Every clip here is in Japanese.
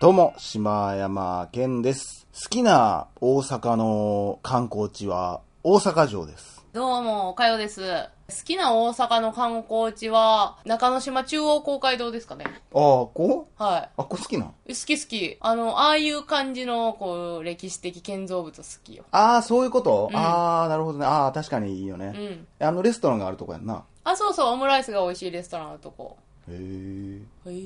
どうも、島山健です。好きな大阪の観光地は大阪城です。どうも、おかよです。好きな大阪の観光地は、中之島中央公会堂ですかね。ああ、こうはあ、こ好きなんい。好き好き。あの、ああいう感じの、こう、歴史的建造物好きよ。ああ、そういうこと、うんああ、なるほどね。ああ、確かにいいようね、ん。あの、レストランがあるとこやんな。あ、そうそう、オムライスが美味しいレストランのとこ。へえ。へえ。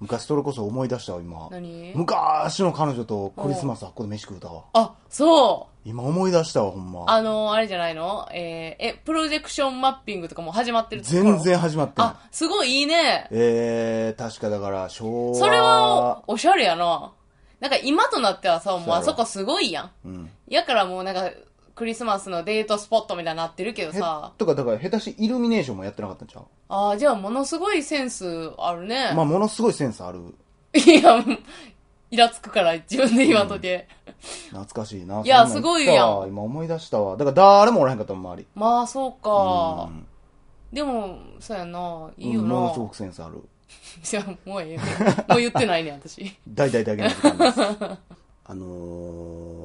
昔それこそ思い出したわ、今。何昔の彼女とクリスマスあっこで飯食うたわ。あ、そう今思い出したわ、ほんま。あの、あれじゃないのえーえ、プロジェクションマッピングとかもう始まってるところ全。然始まってない。あ、すごいいいね。えー、確かだから、昭和。それは、おしゃれやな。なんか今となってはさ、うもうやろあそこすごいやん。うん。やからもうなんか、クリスマスのデートスポットみたいになってるけへどさ。とか、だから、下手しイルミネーションもやってなかったんちゃうああ、じゃあものすごいセンスあるね。 まあ、ものすごいセンスある。 いや、もうイラつくから自分で言わんとけ。懐かしいな。いそんやなんすごいやん行ったわ今思い出したわ。だから、誰もおらへんかったもん、周り。まあ、そうかう。んでも、そうやな。いいようんな。ものすごくセンスある。いや、もうええよもう言ってないね、私。大々だけの時間です。 あの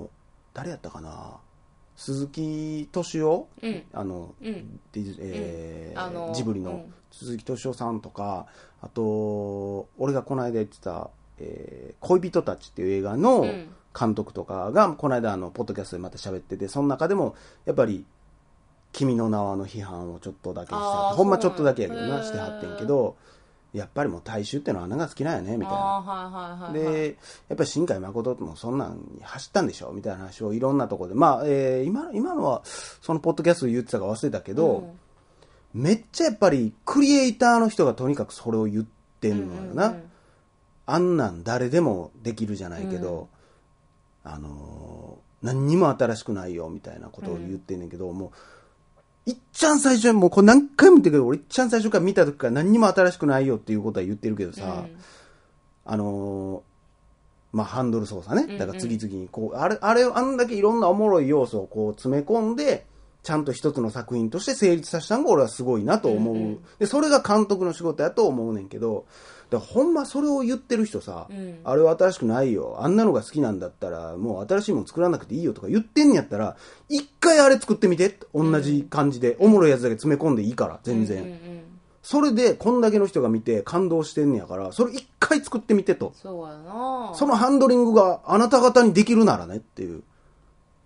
ー、誰やったかな鈴木敏夫うん。あの、うん。ディズえーうんあのジブリうのん鈴木敏夫さんとか、あと、俺がこの間言ってた、えー恋人たちっていう映画のうん監督とかが、この間あの、ポッドキャストでまた喋ってて、その中でも、やっぱり、君の名はの批判をちょっとだけしてはっあーて、ほんまちそょうっなんとだけやけどな、へーしてはってんけど、やっぱりもう大衆ってのは穴が好きなんやね、みたいな。ああー、はいはいはい、はい。で、やっぱり新海誠もそんなんに走ったんでしょみたいな話をいろんなところで。まあ、えー今、今のは、そのポッドキャストで言ってたか忘れたけど、めっちゃやっぱり、クリエイターの人がとにかくそれを言ってうんん、のよな。うんうんうんあんなん誰でもできるじゃないけど、あのー何にも新しくないよ、みたいなことを言ってんねんけど、もう、いっちゃん最初に、もうこれ何回も言ってるけど、俺いっちゃん最初から見た時から何にも新しくないよっていうことは言ってるけどさ、うんあのーまあ、ハンドル操作んうね。んだから次々に、こう、あれ、あれ、あんだけいろんなおもろい要素をこう詰め込んで、ちゃんと一つの作品として成立させたのが俺はすごいなと思う。うんうんで、それが監督の仕事やと思うねんけど、だからほんまそれを言ってる人さ、うんあれは新しくないよ。あんなのが好きなんだったら、もう新しいもの作らなくていいよとか言ってんやったら、一回あれ作ってみて。同じ感じで、おもろいやつだけ詰め込んでいいから、全然。うんうんうんそれで、こんだけの人が見て感動してんねやから、それ一回作ってみてと。そうやな。そのハンドリングがあなた方にできるならねっていう。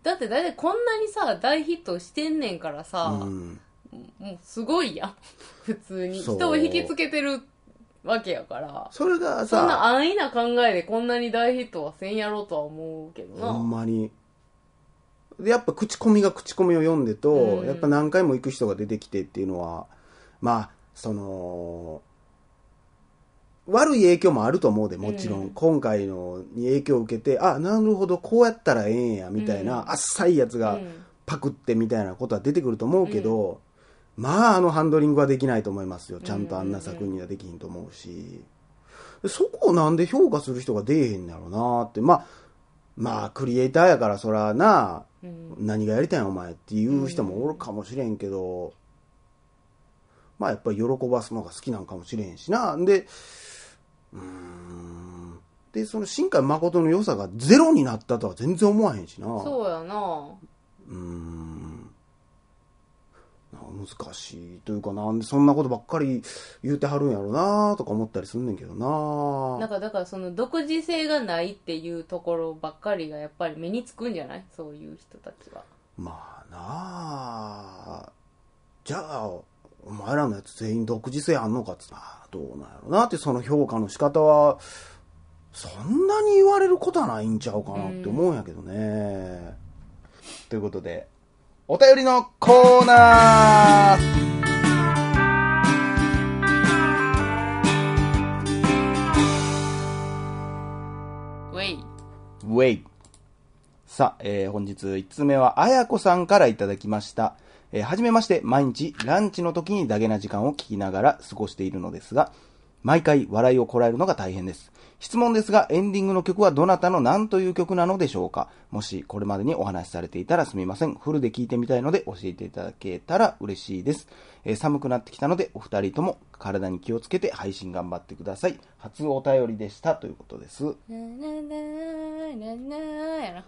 だって大体こんなにさ、大ヒットしてんねんからさ、うん。もうすごいや ん。普通に。そう人を引きつけてるわけやから。それがそんなさ、安易な考えでこんなに大ヒットはせんやろとは思うけどほんな。まに。で、やっぱ口コミが口コミを読んでと、うんやっぱ何回も行く人が出てきてっていうのは、まあ、その、悪い影響もあると思うで、もちろん。うん今回のに影響を受けて、あ、なるほど、こうやったらええんや、みたいな、うんあっさいやつがうんパクってみたいなことは出てくると思うけど、まああのハンドリングはできないと思いますよちゃんとあんな作品にはできひんと思うし、そこをなんで評価する人が出えへんやろなってまあまあクリエイターやからそらなうん何がやりたいんお前っていう人もおるかもしれんけど、まあやっぱり喜ばすのが好きなんかもしれんしなでうーんでその新海誠の良さがゼロになったとは全然思わへんしなそうやな。うーん難しいというかなんでそんなことばっかり言うてはるんやろなとか思ったりすんねんけどななんかだからその独自性がないっていうところばっかりがやっぱり目につくんじゃないそういう人たちは。まあなあじゃあお前らのやつ全員独自性あんのかっつったらどうなんやろなってその評価の仕方はそんなに言われることはないんちゃうかなって思うんやけどね、ということでお便りのコーナーウェイ。ウェイ。さあ、えー本日1つ目は、あやこさんからいただきました。えーはじめまして、毎日、ランチの時にダゲな時間を聞きながら過ごしているのですが、毎回笑いをこらえるのが大変です。質問ですが、エンディングの曲はどなたの何という曲なのでしょうかもしこれまでにお話しされていたらすみません。フルで聞いてみたいので教えていただけたら嬉しいです。えー寒くなってきたので、お二人とも体に気をつけて配信頑張ってください。初お便りでしたということです。なななななやな。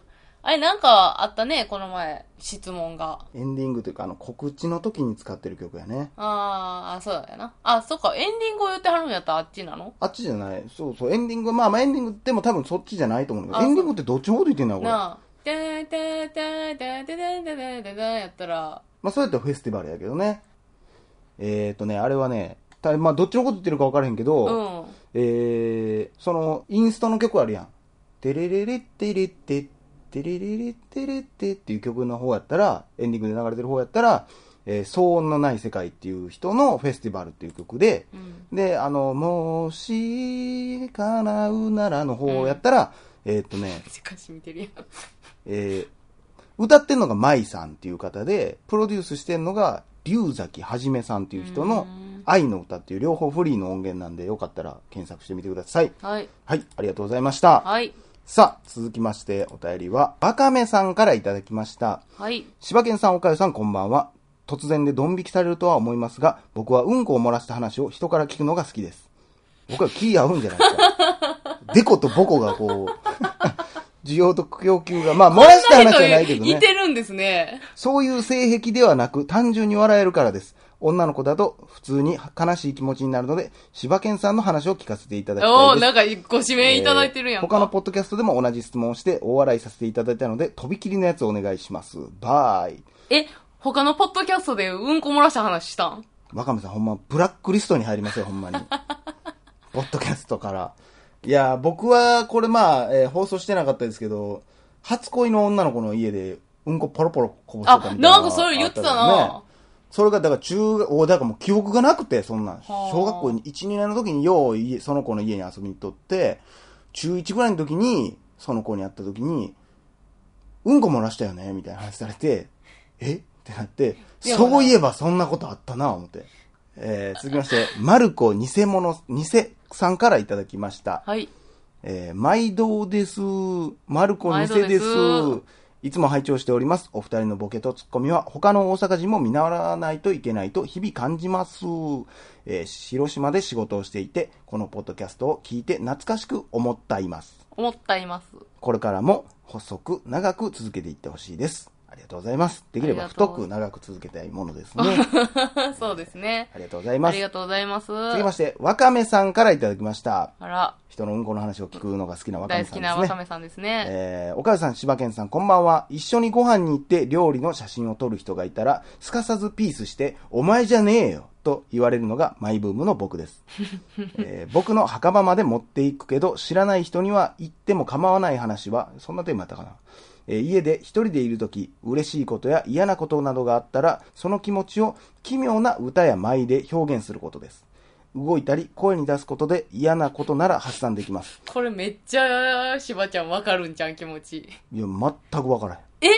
あれ、なんかあったね、この前、質問が。エンディングというか、あの、告知の時に使ってる曲やね。あーあ、そうだよな。あ、そっか、エンディングを言ってはるんやったらあっちなのあっちじゃない。そうそう、エンディング、まあまあエンディングでも多分そっちじゃないと思うんだけあど、エンディングってどっちのこと言ってんだこれ。まなあ。ててててててててててやったら、あそうやったらフェスティバルやけどね。えーとね、あれはね、たまあどっちのこと言ってるか分からへんけうど、ん。えー、その、インストの曲あるやん。テレレレテレテ、テレレレテレテっていう曲の方やったら、エンディングで流れてる方やったら、えー騒音のない世界っていう人のフェスティバルっていう曲で、うん。で、あの、もし叶うならの方やったら、えーっとね、しかし見てるやん。えー歌ってんのが舞さんっていう方で、プロデュースしてんのが龍崎はじめさんっていう人のうん愛の歌っていう両方フリーの音源なんで、よかったら検索してみてください。はい。はい、ありがとうございました。はい。さあ、続きましてお便りは、バカめさんからいただきました。はい。柴犬さん、岡かさん、こんばんは。突然でドン引きされるとは思いますが、僕はうんこを漏らした話を人から聞くのが好きです。僕は気合うんじゃないですか。デコとボコがこう、 需要と供給が、まあ漏らした話じゃないけど似ね。てるんですね。そういう性癖ではなく、単純に笑えるからです。女の子だと普通に悲しい気持ちになるので、柴犬さんの話を聞かせていただきたおいー、です。なんかご指名いただいてるやんえーか。他のポッドキャストでも同じ質問をして大笑いさせていただいたので、とびきりのやつお願いします。バイ。え、他のポッドキャストでうんこ漏らした話したんワカメさんほんま、ブラックリストに入りますよ、ほんまに。 ポッドキャストから。いや、僕は、これまあ、えー放送してなかったですけど、初恋の女の子の家で、うんこポロポロこぼしてたみたいな。あなんかそれ言ってたなあよねそれが、だから中学、おだからもう記憶がなくて、そんなん。あ小学校に1、2年の時に、よう家、その子の家に遊びに行っとって、中1ぐらいの時に、その子に会った時に、うんこ漏らしたよねみたいな話されて、えってなって、いやそういえばそんなことあったな、思って。えー、続きまして、マルコ偽物、偽さんからいただきました。はい。えー、毎度です。マルコ偽毎度でですす。いつも拝聴しております。お二人のボケとツッコミは他の大阪人も見習わないといけないと日々感じます。えー、広島で仕事をしていて、このポッドキャストを聞いて懐かしく思ったいます。思ったいます。 これからも細く長く続けていってほしいです。ありがとうございます。できればありがと太うく長く続けたいもの ですね。そうですね。ありがとうございあますり。がとうございます。続きまして、わかめさんからいただきました。あら、人のうんこの話を聞くのが好きなわかめ大好さきんでなすわねか。めさんですね。えー、おかゆさん、柴犬さん、こんばんは。一緒にご飯に行って料理の写真を撮る人がいたら、すかさずピースして、お前じゃねえよと言われるのがマイブームの僕です。えー僕の墓場まで持っていくけど、知らない人には言っても構わない話は、そんなテーマやったかな。えー家で一人でいるとき、嬉しいことや嫌なことなどがあったら、その気持ちを奇妙な歌や舞で表現することです。動いたり声に出すことで嫌なことなら発散できます。これめっちゃ、しばちゃんわかるんじゃん、気持ち。いや、全くわからへん。え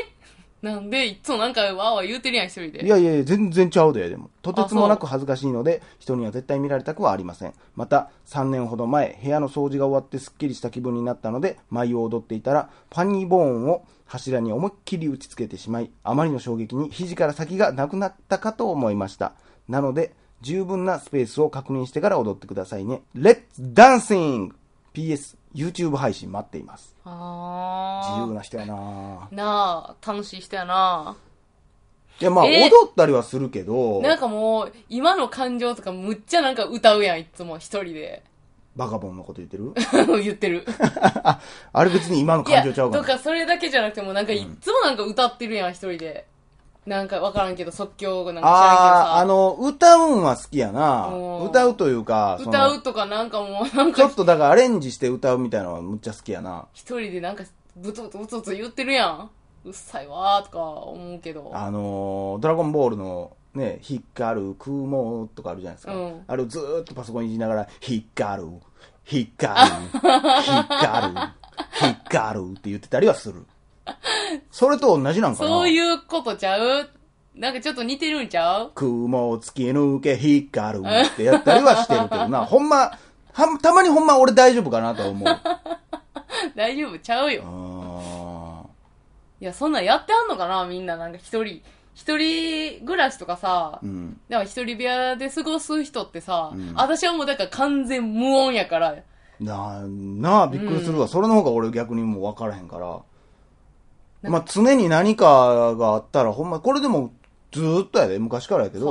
なんで、いっつもなんかわーわー言うてるやん、一人で。いやいやいや、全然ちゃうで、でも。とてつもなく恥ずかしいので、人には絶対見られたくはありません。また、3年ほど前、部屋の掃除が終わってすっきりした気分になったので、舞を踊っていたら、パニーボーンを柱に思いっきり打ちつけてしまい、あまりの衝撃に肘から先がなくなったかと思いました。なので、十分なスペースを確認してから踊ってくださいね。Let's Dancing! PS、YouTube 配信待っています。自あ由な人やなぁー。なあ、楽しい人やないや、まあ、え踊ったりはするけど、なんかもう、今の感情とかむっちゃなんか歌うやん、いつも一人で。 バカボンのこと言ってる言ってる。あ、あれ別に今のいや、感情ちゃうかとら。かそれだけじゃなくても、なんかいっつもなんか歌ってるやん、一人で。なんかわからんけど、即興なんああー、あかの、歌うんは好きやなう。ん歌うというか、知そらんけのどさ。歌うとかなんかもう、なんちょかっとだからアレンジして歌うみたいなのはむっちゃ好きやな。一人でなんか、ぶつぶつぶつぶつ言ってるやん。うっさいわーとか思うけど。あのー、ドラゴンボールの、ね、光る雲とかあるじゃないですか。うんあれをずーっとパソコンいじりながら、光る、光る、光る、光るって言ってたりはする。それと同じなんかな。 そういうことちゃうなんかちょっと似てるんちゃう 雲を突き抜け光るってやったりはしてるけどな。ほんま、はたまにほんま俺大丈夫かなとは思う。大丈夫ちゃうよ。あいや、そんなんやってはんのかなみんななんか一人。一人暮らしとかさー、うん。でも一人部屋で過ごす人ってさ、うん私はもうだから完全無音やから、なあ、なあ、びっくりするわ。それの方が俺逆にもう分からへんから。なんまあ常に何かがあったらほんま、これでもずーっとやで、昔からやけど、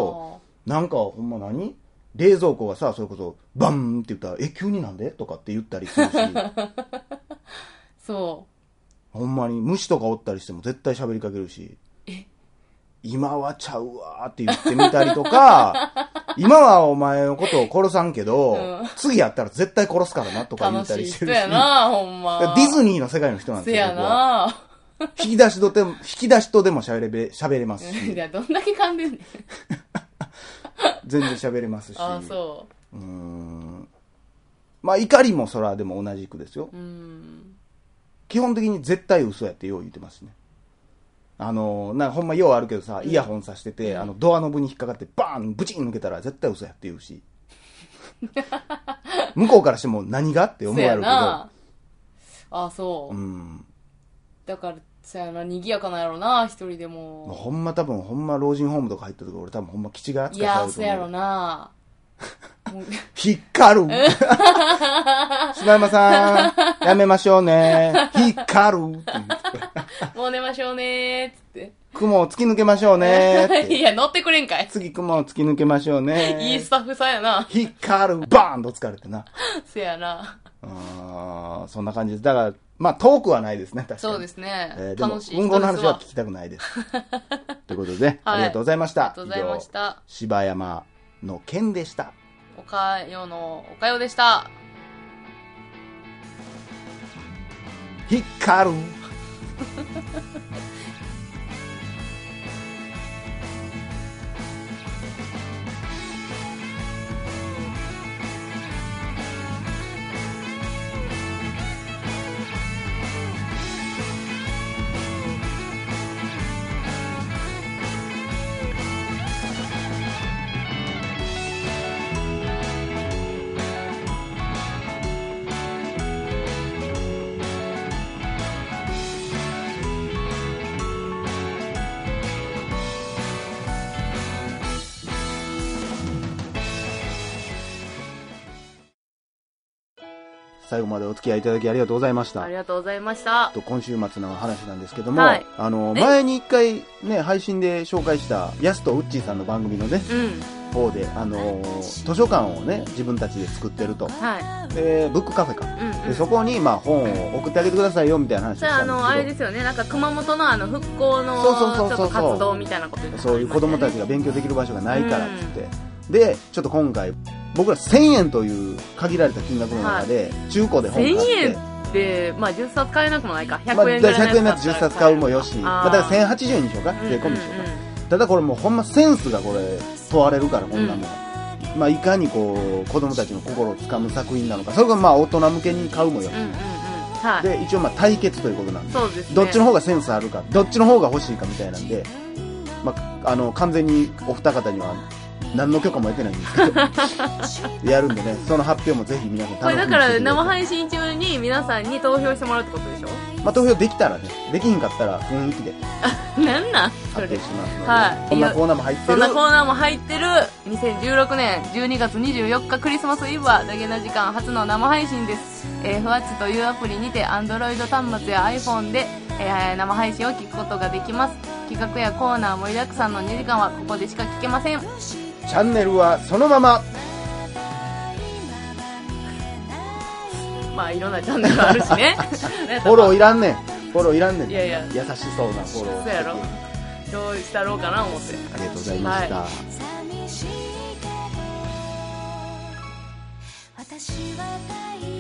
そなんかほんま何冷蔵庫がさ、それこそバンって言ったら、え、急になんでとかって言ったりす るし、うそほんまに虫とかおったりしても絶対喋りかけるし、今はちゃうわーって言ってみたりと か、今はお前のことを殺さんけど、うん次やったら絶対殺すからなとうか言っ楽たりしいして人るし。やなほんだかまらディズニニーの世界の人なんですせよ。や僕はな引き出しとても、引き出しとでも喋れ、喋れます いし、やどんだけ噛んでんねん全然喋れますし。ああそうーん。まあ怒りもそらでも同じくですよう。うん基本的に絶対嘘やってよう言ってますね。あの、なんかほんまようあるけどさ、イヤホンさしてて、あのドアノブに引っかかってバーンブチン抜けたら絶対嘘やって言う し。向こうからしても何がって思せうややろうけどなああそう、。うん。だからせやな賑やかなんやろな一人でもほんま多分ほんま老人ホームとか入った時俺多分ほんま気違い扱いいされるとや思う。せやろなもう引っかる。 柴山さん、やめましょうね。引っかるって言って。もう寝ましょうねーっつって雲を突き抜けましょうねっ いて。や乗ってくれんかい次雲を突き抜けましょういいねス。タッフさんやな引っかる。バーンと疲れてな。せやなあーそんな感じです。だから、まあ遠くはないですね、確かに。そうですね、えーでも楽し、い運行の人で話すわは聞きたくないです。ということ で、ありがとうございましあた。りがとうございまし以上た。柴山の件でした。おかよのおかよでした。引っかる。最後までお付き合いいただきありがとうございました。ありがとうございました。と今週末の話なんですけども、はいあのえ前に一回ね配信で紹介したやすとウッチーさんの番組のねうん。方であの図書館をね自分たちで作ってるとはでブックカフェかい。うん、うでん。そこにまあ本を送ってあげてくださいよみたいな話をしそれあたの、あれんでですすよね、なんか熊本のあの、復興の、ちそうそうそょうっそうと活動みたいなこと言けっどてそういう子供たち。ちが勉強できる場所がないからっつって、でちょっと今回僕ら1000円という限られた金額の中で中古で本買って、 1000円で、まあ、10冊買えなくもないか。100円まあ、ぐらいのやつだったら。 100円のやつ10冊買うもよし、あーまあ、だから1080円にしようか、税込みにしようか、ただこれもうほんまセンスがこれ問われるからこんなもん、まあ、いかにこう子供たちの心をつかむ作品なのかそれがまあ大人向けに買うもようんうんうん。うんうんうん。はい。で一応まあ対決ということなんでそうですね。どっちの方がセンスあるかどっちの方が欲しいかみたいなんで、まあ、あの完全にお二方には何の許可も得てないんですけ どやるんでねその発表もぜひ皆さんこ楽れしみにしててだくかださらい生配信中に皆さんに投票してもらうってことでしょまあ、投票できたらねできひんかったら雰囲気でなんなんそ発表。れしますので、はいこんなコーナーも入ってるそんなコーナーも入ってる2016年12月24日クリスマスイブはダゲな時間初の生配信です、えー、ふわっちというアプリにて Android 端末や iPhone で、えー生配信を聞くことができます企画やコーナー盛りだくさんの2時間はここでしか聞けませんチャンネルはそのまままあいろんなチャンネルがあるし ねフォローいらんねんフォローいらんねんいやいや優しそうなフォローそうやろどうしたろうかな思ってありがとうございました、は寂しいけど私は大